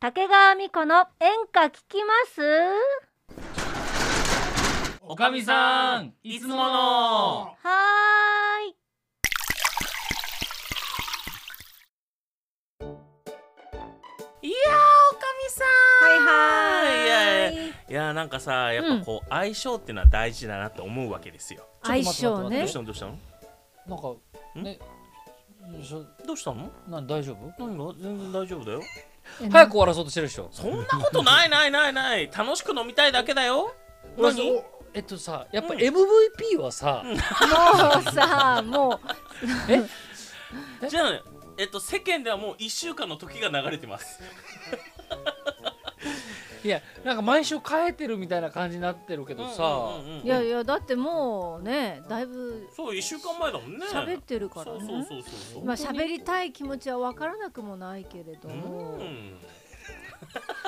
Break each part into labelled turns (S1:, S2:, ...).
S1: 竹川美子の演歌聞きます
S2: おかみさんいつもの
S1: はーい
S2: いやーおかみさ
S1: はいはい
S2: やいんいやーなんかさやっぱこう、相性っていうのは大事だなって思うわけですよ
S1: 相性
S2: ど
S1: ね
S2: うしたのどうしたの
S3: なんかねしょ
S2: どうしたの
S3: なん大丈夫
S2: 何が全然大丈夫だよ
S3: 早く終わらそうとしてるでしょ
S2: そんなことないないないない楽しく飲みたいだけだよ
S3: 俺
S2: 何
S3: そうえっとさやっぱ
S2: うん
S3: MVP はさ、
S1: もうさも
S2: じゃあねえっと世間ではもう1週間の時が流れてます
S3: いやなんか毎週変えてるみたいな感じになってるけどさ、
S2: うんうんうんうん
S1: ういやいやだってもうねだいぶ
S2: そう1週間前だもんね
S1: 喋ってるから
S2: そうそう
S1: ね
S2: そうそう
S1: まあ喋りたい気持ちはわからなくもないけれど
S2: う
S1: も
S2: ん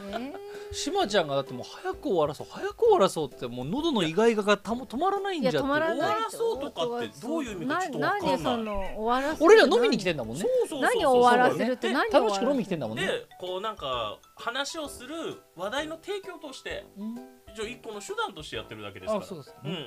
S1: ね
S3: しまちゃんがだってもう早く終わらそう早く終わらそうってもう喉のイガイガがたも止まらないん
S1: い
S3: じゃ
S1: や
S3: って
S1: 止まら
S2: 終わ
S1: ない
S2: らそうとかってどういう意味かちょっとわかんない
S1: 何その終わらせ
S3: 俺ら飲みに来てんだもんね
S2: そうそうそうそう
S1: 何を終わらせるって
S2: で
S1: 何を
S3: 楽しく
S1: 終わ
S3: 飲
S1: ら
S3: みに
S1: せ
S3: 来てんだもんね、
S2: でこうなんか話をする話題の提供として一応一個の手段としてやってるだけですから
S3: あそうです
S2: うんうんうん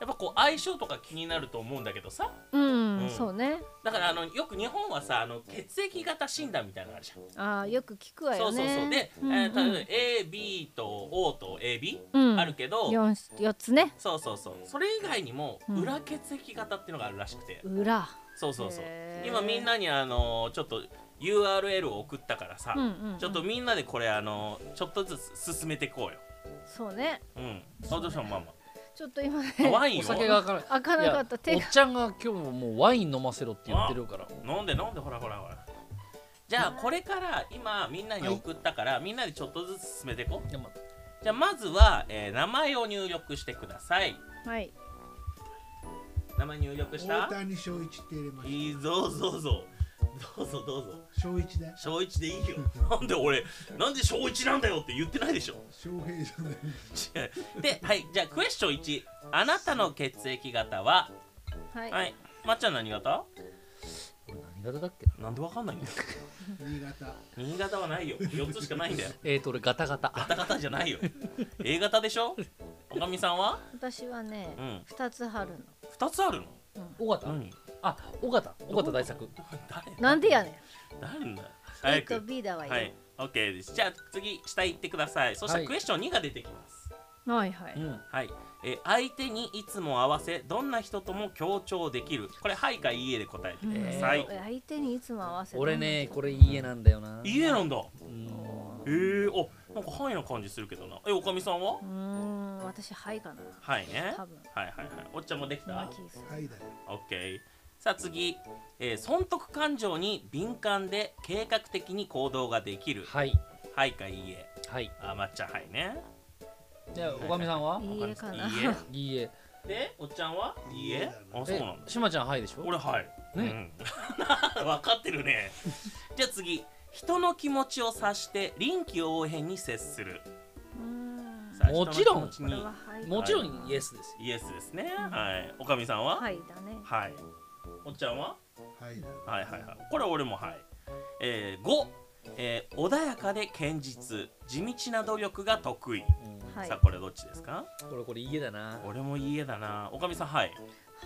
S2: やっぱこう相性とか気になると思うんだけどさ
S1: うん、
S2: うん
S1: そうね
S2: だからあのよく日本はさあの血液型診断みたいなのあるじゃん
S1: ああよく聞くわ
S2: そ
S1: よ
S2: うそう
S1: ね
S2: そうで、
S1: うん
S2: え
S1: うん
S2: ー、例えば AB と O と AB
S1: うん
S2: あるけど、
S1: 四四つね
S2: そうそうそうそれ以外にも
S1: うん
S2: 裏血液型っていうのがあるらしくて、
S1: 裏
S2: そうそうそう
S1: へー
S2: 今みんなにあのちょっと URL を送ったからさ、
S1: うんうんうん
S2: ちょっとみんなでこれあのちょっとずつ進めていこうよ
S1: そうね
S2: うんあどうしたのマ マ
S1: ちょっと今ね
S2: あワイン
S3: お
S2: を
S3: 酒が開か
S1: 開か
S3: ない
S1: ないか
S3: や
S1: った
S3: お
S1: 手が
S3: っちゃんが今日もうワイン飲ませろって言ってるから
S2: 飲んで飲んでほらほらほらじゃあこれから今みんなに送ったから、みんなでちょっとずつ進めていこう
S3: でも
S2: じゃあまずは、えー名前を入力してください
S1: はい
S2: 名前入力し
S4: 大
S2: た
S4: 谷翔一って入れまし
S2: いいぞどうぞどうぞどうぞ
S4: た。翔一だよ。
S2: 小一でいいよ なんで俺なんで小一なんだよって言ってないでしょ
S4: 翔平じゃない。
S2: 違うではいじゃあクエスチョン1あなたの血液型は
S1: はい、
S2: はいまっちゃん何型
S3: 俺何型だっけ
S2: なんでわかんないんだよ
S4: 新潟。
S2: 新型はないよ4つしかないんだよ
S3: えーと俺ガタガタ
S2: ガタガタじゃないよ A 型でしょおかみさんは
S1: 私はね
S2: うん
S1: 二、つ貼るの
S2: 2つあるの
S3: 尾形あ尾形尾形大作
S2: 誰
S1: なんでやねん
S2: 誰だよ
S1: え
S2: 早
S1: っと
S2: く
S1: B だわよ、
S2: はい OK ですじゃあ次下行ってくださいそした
S3: は
S2: ら
S3: い
S2: クエスチョン2が出てきます
S1: はいは
S3: う
S1: い
S3: ん
S2: はい、えー相手にいつも合わせどんな人とも協調できるこれはいかいいえで答えてください、
S1: うん相手にいつも合わせて
S3: 俺ねこれいい絵なんだよない
S2: いえなんだ
S3: うん
S2: へえー、あなんかはいな感じするけどなえおかみさんは
S1: うーん私はいかな
S2: はいねは
S1: 多
S2: い
S1: 分
S2: はいはいおっちゃんもできた
S1: 気する
S4: はいだよ。
S2: オッケーさあ次、えー損得感情に敏感で計画的に行動ができる
S3: はい
S2: はいかいいえ
S3: はい
S2: あまっちゃんはいね
S3: じゃあおかみさんはい
S1: いえかない
S2: い
S3: いいえ
S2: え でおっちゃんはいいえあそうなんだ
S3: えしまちゃんはいでしょ
S2: 俺はい、
S3: ね
S2: うん、 分かってるねじゃあ次人の気持ちを察して臨機応変に接する
S1: うーん
S2: さあ
S3: もちろん
S2: 人の気持ち
S1: これ
S2: に
S1: ははい
S3: もちろんイエスですよ
S2: イエスですね、はいおかみさんは
S1: はいだね
S2: はい、おっちゃんは
S4: はいだよ。
S2: はいはいはいこれ俺もはい、えー、5えー穏やかで堅実地道な努力が得意、
S1: はい
S2: さあこれどっちですか
S3: これこれいい絵だな
S2: 俺もいいえだなおかみさんはい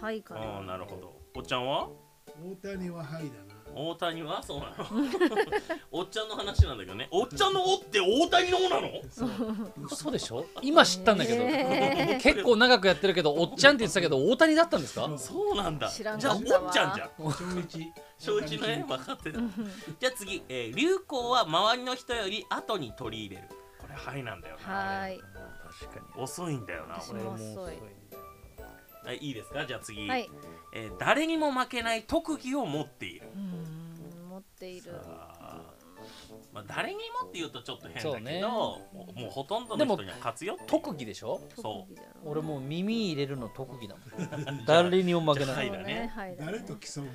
S1: はいか
S2: あ
S1: な
S2: あなるほどおっちゃんは
S4: 大谷ははいだな。
S2: 大谷はそうなの おっちゃんの話なんだけどねおっちゃんの「お」って大谷の「お」なの
S3: 嘘でしょ今知ったんだけ
S1: え
S3: ど結構長くやってるけどおっちゃんって言ってたけど大谷だったんですか
S2: そうなんだ
S1: 知らん
S2: じゃあお
S1: かったわ
S2: っちゃんじゃん
S4: 翔一。
S2: 正一のね分かってたじゃあ次、えー流行は周りの人より後に取り入れるこれはいなんだよな
S1: はい
S3: 確かに
S2: 遅いんだよな
S1: 私
S2: 俺
S1: も遅い
S2: はいいいですかじゃあ次、
S1: はい
S2: えー誰にも負けない特技を持っている
S1: うーん持っている
S2: あーまあ、誰にもって言うとちょっと変だけ
S3: そ
S2: ど
S3: うね
S2: もうもうほとんどの人には勝つよ
S3: 特技でしょ
S2: そう
S1: 特技だろ
S3: 俺もう耳入れるの特技だもん誰にも負け
S2: じゃあは
S3: ないい
S2: だね
S1: はいだね
S4: 誰と競うん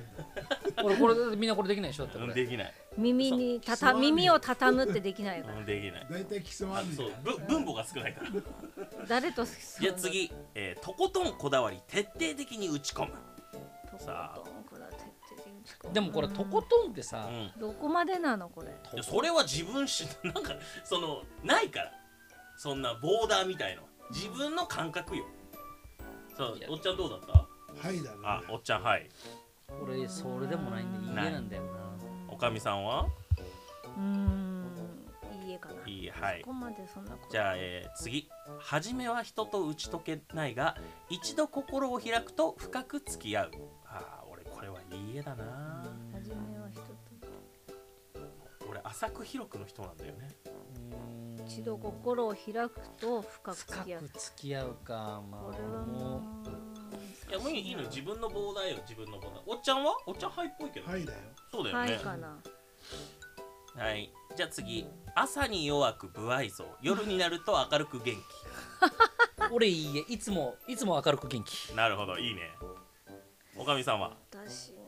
S4: だ。
S3: 俺これだってみんなこれできないでしょだって
S2: う
S3: こ
S2: ん
S3: れ
S2: できない、
S1: 耳にたた
S4: そう
S1: 耳をたたむってできないから
S2: うん、できない
S4: 大体競わ
S2: あ
S4: んねん
S2: そうぶ分母が少ないから
S1: 誰と
S2: じゃあ次、えーとことんこだわり徹底的に打ち込む
S1: とこ
S2: さあ
S1: とんこだ徹底的になんですか
S3: でもこれとことんってさ、
S2: うん
S1: どこまでなのこれ
S2: いやそれは自分しなんかそのないからそんなボーダーみたいの自分の感覚よさあ
S3: いや
S2: おっちゃんどうだった
S4: はいだな
S2: あおっちゃんはい
S3: 俺それでもないんで家
S2: ない
S3: なんだよな
S2: おかみさんは
S1: うーんいい絵かない
S2: いはい
S1: ここまでそんなこと
S2: じゃあ、えー次初めは人と打ち解けないが一度心を開くと深く付き合うあー俺これはいい絵だな
S1: 初めは人と
S2: 俺浅く広くの人なんだよね
S3: うん
S1: 一度心を開くと深
S3: 深
S1: く付き合う
S3: く付き合うかまあ
S1: これ
S3: 俺
S1: は
S3: も
S1: もう
S2: いやもういいいいのよ自分のボーダーよ自分のボーダーおっちゃんはおっちゃんはいっぽいけど、
S4: はいだよ
S2: そうだよ
S1: は
S2: ね
S1: いかな
S2: はい、じゃあ次朝に弱く不愛想夜になると明るく元
S3: 俺いいえいつもいつも明るく元気
S2: 気 なるほどいいねおかみさんは
S1: 私ね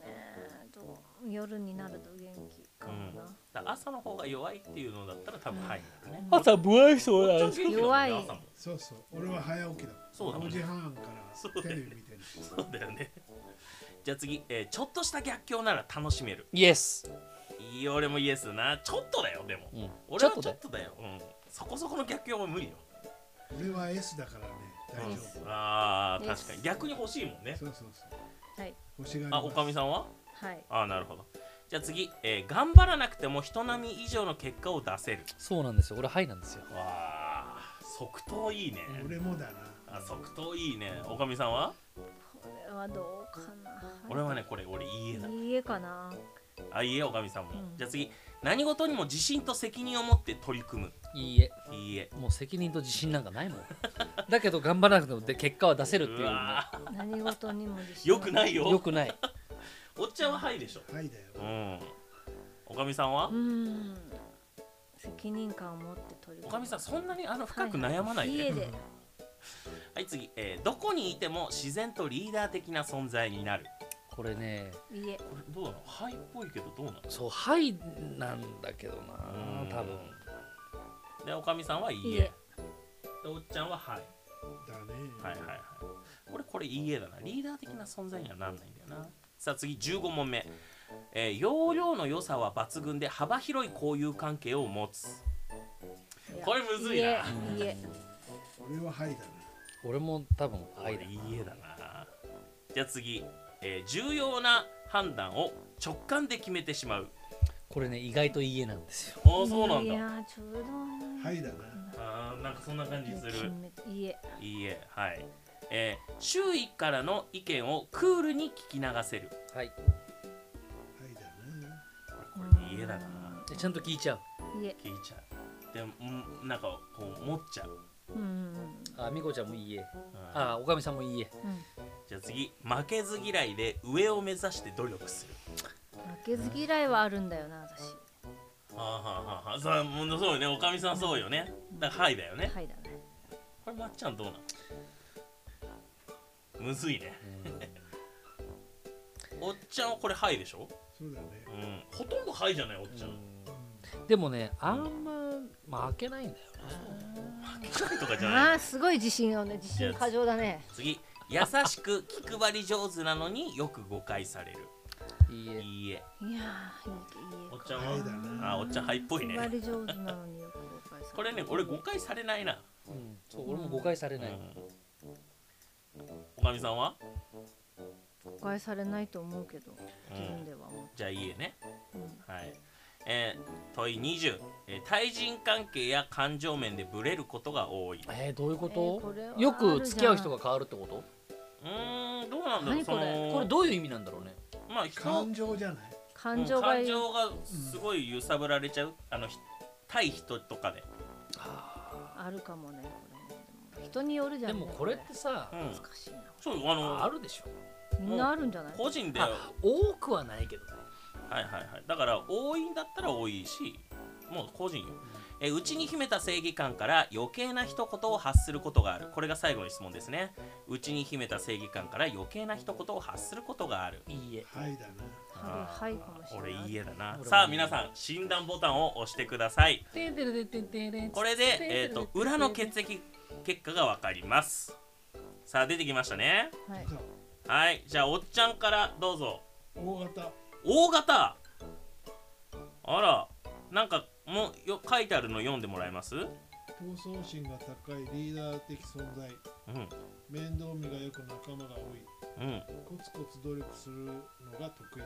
S1: どう夜になると元気かな、
S2: だから朝の方が弱いっていうのだったら多分はいになるね
S3: 朝不愛想
S2: おっちゃん元気だもんね
S1: 弱い
S2: 朝も
S4: そうそう俺は早起きだ
S2: そうだもん
S4: 5
S2: ね
S4: 時半からテレビ見てる
S2: そうだよねじゃあ次、えーちょっとした逆境なら楽しめる
S3: イエス、
S2: いい俺もイエスだなちょっとだよでも
S3: うん、
S2: 俺は
S3: ちょっと
S2: ちょっ
S3: だ
S2: とだよ、うん、そこそこの逆境は無理よ、
S4: 俺は S だからね大丈夫
S2: うんあー
S1: です
S2: 確かに逆に欲しいもんね
S4: そうそうそう
S1: はい
S4: 星が
S2: あおかみさんは
S1: はい
S2: ああなるほどじゃあ次、えー頑張らなくても人並み以上の結果を出せる
S3: そうなんですよ俺ハイなんですよ
S2: わあ即答いいね
S4: 俺もだな
S2: あ即答いいねおかみさんは、
S1: これはどうかな
S2: 俺はねこれ俺いいえだ
S1: いい絵かな
S2: あいいえおかみさんも、
S1: うん
S2: じゃあ次何事にも自信と責任を持って取り組む
S3: いいえ
S2: いいえ
S3: もう責任と自信なんかないもんだけど頑張らなくてもで結果は出せるっていう
S2: う
S3: ね
S2: わあ
S1: 何事にも自信
S2: よくないよ
S3: よくない
S2: おっちゃんははいでしょ
S4: はいだよ
S2: うんおかみさんは
S1: う、ーん責任感を持って取り組む
S2: おかみさんそんなにあの
S1: は
S2: 深
S1: い
S2: く悩まないで、
S1: いい絵で
S2: はい次、えーどこにいても自然とリーダー的な存在になる
S3: これね
S1: いい絵
S2: これどうなのはいっぽいけどどうなの
S3: そうハイなんだけどな多分
S2: でおかみさんはいいえ
S1: いいえ
S2: でおっちゃんははい
S4: だね
S2: はいはいはい俺これいいえだなリーダー的な存在にはなんないんだよなさあ次15問目、えー容量の良さは抜群で幅広い交友関係を持つ
S1: や
S2: これむずいない
S1: い絵いい絵
S4: 俺ははいだな
S3: 俺も多分ハ
S2: 俺
S3: イだない
S2: いえだなじゃあ次、えー重要な判断を直感で決めてしまう
S3: これね意外といい絵なんですよ
S2: ああそうなん
S1: い
S2: だ
S1: やーちょうどいい
S4: はいだな
S2: あーなんかそんな感じする
S1: いい絵
S2: いいえはいえー周囲からの意見をクールに聞き流せる
S3: はい
S4: はいだな
S2: これいいえだな
S3: でちゃんと聞いちゃう
S1: いい絵
S2: 聞いちゃうでうんなんかこう持っちゃう、
S1: うんうん
S3: あみこちゃんもいい絵
S2: うん
S3: あおかみさんもいい絵
S1: うん
S2: じゃあ次負けず嫌いで上を目指して努力する
S1: 負けず嫌いはあるんだよな私
S2: はあはあはあさあもうそうよねおかみさんそうよねだからはいだよね
S1: はいだね
S2: これまっちゃんどうなのむずいねおっちゃんはこれはいでしょ
S4: そうだね
S2: うんほとんどはいじゃないおっちゃん、
S3: でもねあんま負けないんだよ
S2: 負けないとかじゃない
S1: あーすごい自信をね自信過剰だね
S2: 次優しく気配り上手なのによく誤解される
S3: いい絵
S2: いいえ
S1: いやーいいいい絵
S2: おっちゃん
S4: はいだ
S2: は
S4: な
S2: あおっちゃんはいっぽいね
S1: 配り上手なのによく誤解される
S2: これね俺誤解されないな、
S3: うんそう俺も誤解され
S2: う
S3: ない
S2: ん、おかみさんは
S1: 誤解されないと思うけど自分では思う、
S2: じゃあいいえね
S1: うん
S2: はいえー問い20、えー対人関係や感情面でブレることが多い
S3: えー、どういうこと
S1: えー、これはあるじゃん
S3: よく付き合う人が変わるってこと
S2: うーんどうなんだろう
S1: 何
S2: そ
S1: こ
S2: の
S1: れ
S3: これどういう意味なんだろうね
S2: まあ人
S4: 感情じゃない
S1: 感情が
S2: うん感
S1: いい
S2: 情がすごい揺さぶられちゃう、あのひ対人とかで
S1: あるかもねこれねでも人によるじゃ
S3: で
S1: ん
S3: もこれってさ
S2: うん
S1: 難しいな
S2: そうよあの
S3: あるでしょ
S1: みんなあるんじゃない
S2: 個人では
S3: あ多くはないけどね
S2: はいはいはいだから多いんだったら多いしもう個人よえー内に秘めた正義感から余計な一言を発することがあるこれが最後の質問ですね内に秘めた正義感から余計な一言を発することがある
S3: いい絵
S4: はいだな
S1: はいはいかもしれない
S2: 俺いいえだな
S3: 俺もいい
S2: さあ皆さん診断ボタンを押してください
S3: てんてれてんてんてんれん
S2: これで、えー、と裏の血液結果が分かりますさあ出てきましたね
S1: はい
S4: さあ
S2: はいじゃあおっちゃんからどうぞ
S4: 大型
S2: 大型あらなんかもうよ書いてあるの読んでもらえますう
S4: 闘争心が高いリーダー的存在
S2: ん
S4: 面倒見が良く仲間が多い
S2: うん
S4: コツコツ努力するのが得意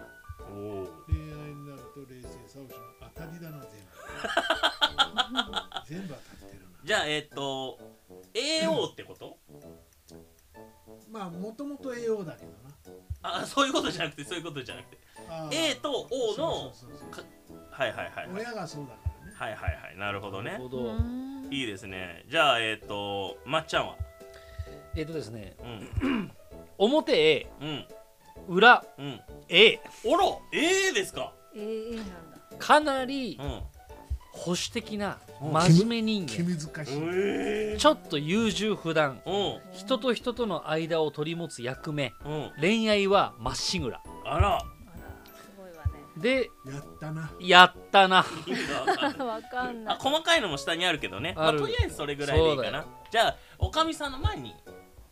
S2: おお
S4: 恋愛になると冷静さを失う当たり だな全部全部当たってるな
S2: じゃあえっ、と AO ってこと
S4: まあもともと AO だけどな
S2: あそういうことじゃなくてそういうことじゃなくて
S4: あー
S2: A と O の
S4: そうそうそうそう
S2: かはいはいはいはい
S4: 親がそうだからね
S2: はいはいはいなるほど
S3: な
S2: ね
S3: るほ
S1: う
S3: ど
S1: ん
S2: いいですねじゃあえっ、とまっちゃんは
S3: えっとですね
S2: うん
S3: 表 A
S2: うん
S3: 裏
S2: うん
S3: A
S2: あら A ですか
S1: AA なんだ
S3: かなり
S2: うん
S3: 保守的な
S2: うん
S3: 真面目人
S4: 気
S3: 間
S4: 難しい、
S2: え
S3: ちょっと優柔不断
S2: うん
S3: 人と人との間を取り持つ役目
S2: うん
S3: 恋愛はまっしぐら
S2: あら
S1: あらすごいわね
S3: で
S4: やったな
S3: やったな
S2: 意味がわかんない
S1: わかんな
S2: あ
S1: い
S2: 細かいのも下にあるけどねまあ
S3: ある
S2: とりあえずそれぐらいでいいか
S3: そうだ
S2: なじゃあおかみさんの前に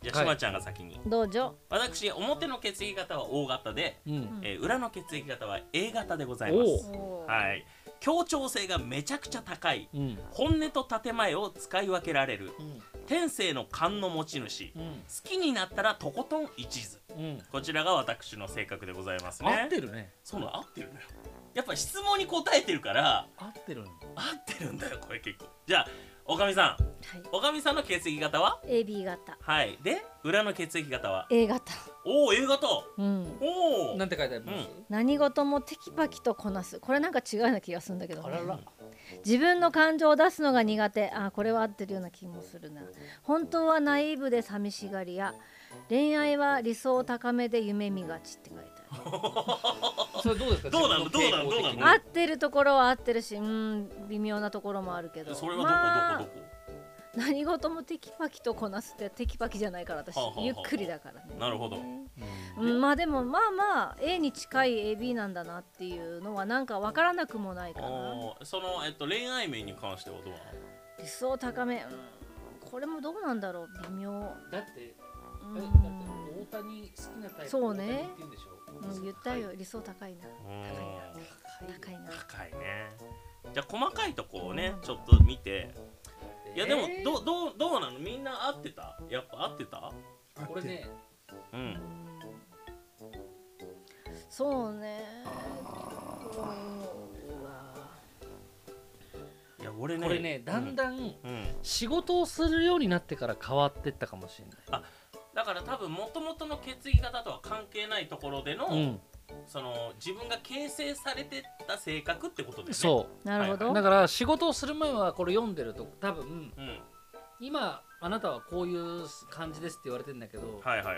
S2: じゃあ
S3: は
S2: し
S3: い
S2: まちゃんが先に、
S1: どうぞ
S2: 私表の血液型は O 型で、
S3: うん
S2: えー裏の血液型は A 型でございま
S3: お
S2: す
S3: う
S1: おー
S2: はい協調性がめちゃくちゃ高い
S3: うん
S2: 本音と建前を使い分けられる
S3: うん
S2: 天性の勘の持ち主好
S3: うん
S2: きになったらとことん一途
S3: うん
S2: こちらが私の性格でございますね
S3: 合ってるね
S2: そうなの合ってるんだよやっぱ質問に答えてるから
S3: 合ってるね
S2: 合ってるんだよこれ結構じゃあおかみさん
S1: はい
S2: おかみさんの血液型は
S1: AB 型
S2: はいで裏の血液型は
S1: A 型
S2: おお A 型お
S1: うん
S2: お
S3: なんて書いてあります
S1: 何事もテキパキとこなすこれなんか違うような気がするんだけどね、
S3: あらら
S1: 自分の感情を出すのが苦手あこれは合ってるような気もするな本当はナイーブで寂しがりや恋愛は理想高めで夢見がちって書いてある
S3: それどうですか
S2: どうなの
S3: 自分傾
S2: ど
S3: 向
S2: うなのどうなの
S3: 的に
S2: あ
S1: 合ってるところは合ってるしうん微妙なところもあるけど
S2: それはどこ、
S1: まあ
S2: どこどこ
S1: 何事もテキパキとこなすってテキパキじゃないから私
S2: はあはあはあ
S1: ゆっくりだからね
S2: なるほど
S1: うんまあでもまあまあ A に近い AB なんだなっていうのはなんか分からなくもないかな
S2: あーその、えっと、恋愛面に関してはどうなの
S1: 理想高め、うん、これもどうなんだろう微妙、
S3: だって
S1: う
S3: だって
S1: ん、
S3: 大谷好きなタイプ
S1: そうね
S3: 大谷って言うんでしょ
S1: うん言ったよ理想高いな
S2: うーん
S1: 高いな
S2: 高いねじゃあ細かいとこをね
S1: うん
S2: ちょっと見ていやでも
S3: えー
S2: どうどうどうなのみんな合ってたやっぱ合ってた
S4: 合って
S3: これね
S2: うん
S1: そうねうんうわ
S2: いや俺ね
S3: これねだんだん
S2: うん、うん
S3: 仕事をするようになってから変わってったかもしれない
S2: だから多分もともとの血液型とは関係ないところでの、
S3: うん、
S2: その自分が形成されてった性格ってことだよね
S3: そ
S1: なるほど、
S3: うだから仕事をする前はこれ読んでると多分
S2: う、うん、
S3: 今あなたはこういう感じですって言われてんだけど、
S2: はいはいはい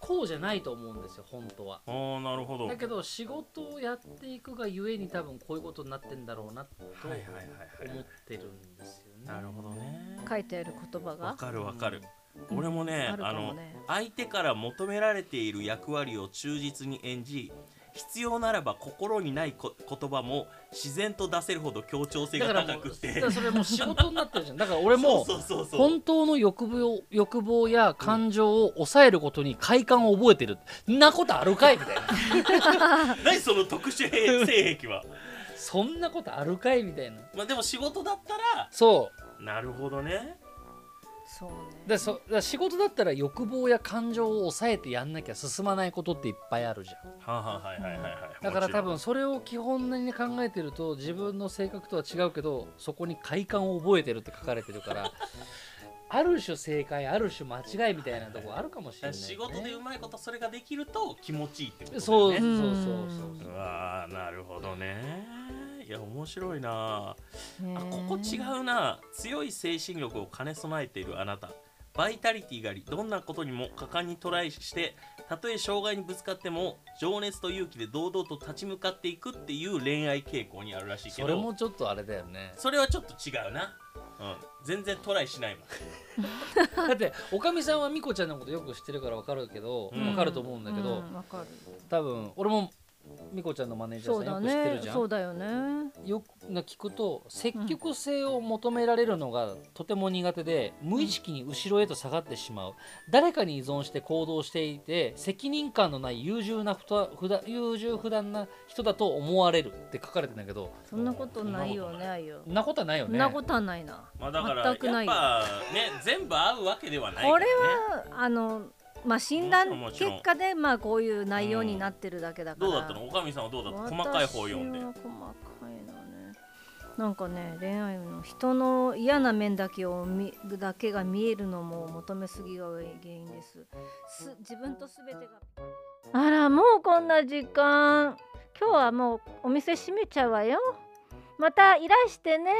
S3: こうじゃないと思うんですよ本当は
S2: ああなるほど
S3: だけど仕事をやっていくがゆえに多分こういうことになってんだろうなと
S2: はいはいはいは
S3: 思っ
S2: い
S3: てるんですよね
S2: なるほどね
S1: 書いてある言葉
S2: わ
S1: が
S2: かるわかる、俺もね
S1: ある
S2: あ
S1: かも
S2: の
S1: ね
S2: 相手から求められている役割を忠実に演じ必要ならば心にないこ言葉も自然と出せるほど協調性
S3: だか
S2: が
S3: らも
S2: 高く
S3: う
S2: て
S3: だからそれもう仕事になってるじゃんだから俺も
S2: そうそうそうそう
S3: 本当の欲望欲望や感情を抑えることに快感を覚えてる、ん、なことあるかいみたいな
S2: 何その特殊 兵性癖は
S3: そんなことあるかいみたいな
S2: まあでも仕事だったら
S3: そ
S2: なるほどね
S1: そうね
S3: うでそだから仕事だったら欲望や感情を抑えてやんなきゃ進まないことっていっぱいあるじゃん
S2: はあ、はあはいはいはいはい
S3: だから多
S2: も
S3: 分それを基本的に考えてると自分の性格とは違うけどそこに快感を覚えてるって書かれてるから ある種正解ある種間違いみたいなとこあるかもし
S2: ち
S3: れな
S2: ろん
S3: い、ね、
S2: 仕事でうまいことそれができると気持ちいいってことだよね
S3: そうそうそうそう
S1: う
S3: そうう
S2: わーなるほどねいや面白いな
S1: ね
S2: あここ違うな強い精神力を兼ね備えているあなたバイタリティがありどんなことにも果敢にトライしてたとえ障害にぶつかっても情熱と勇気で堂々と立ち向かっていくっていう恋愛傾向にあるらしいけ
S3: そ
S2: ど
S3: れもちょっとあれだよね
S2: それはちょっと違うな、うん、全然トライしないもん
S3: だっておかみさんはみこちゃんのことよく知ってるから分かるけど、
S2: う
S3: 分かると思うんだけど、
S1: うんわかる
S3: 多分俺も美子ちゃんのマネージャ
S1: そ
S3: ー
S1: う
S3: さ
S1: だ
S3: んよく知ってる
S1: ね
S3: じゃ
S1: そ
S3: ん
S1: うだよね
S3: よくな聞くと積極性を求められるのがとても苦手で、無意識に後ろへと下がってしまう誰かに依存して行動していて責任感のない優柔なふたふだ優柔不断な人だと思われるって書かれてんだけど
S1: そんなことないよねあゆ
S3: そんなことはないよ
S1: そ
S3: ね
S1: んなことはないな
S2: まあだからやっ
S1: 全くないよ
S2: ぱね全部合うわけではないから
S1: こ
S2: ね
S1: れはあのまあ診断
S2: もち
S1: 結
S2: ろんもちろん
S1: 果でまあこういう内容になってるだけだから、
S2: どうだったのおかみさんはどうだった
S1: 私
S2: 細かい方読んで
S1: は細かいのねなんかね恋愛の人の嫌な面だけを見だけが見えるのも求めすぎが原因ですす自分と全てがあらもうこんな時間今日はもうお店閉めちゃうわよまたいらしてね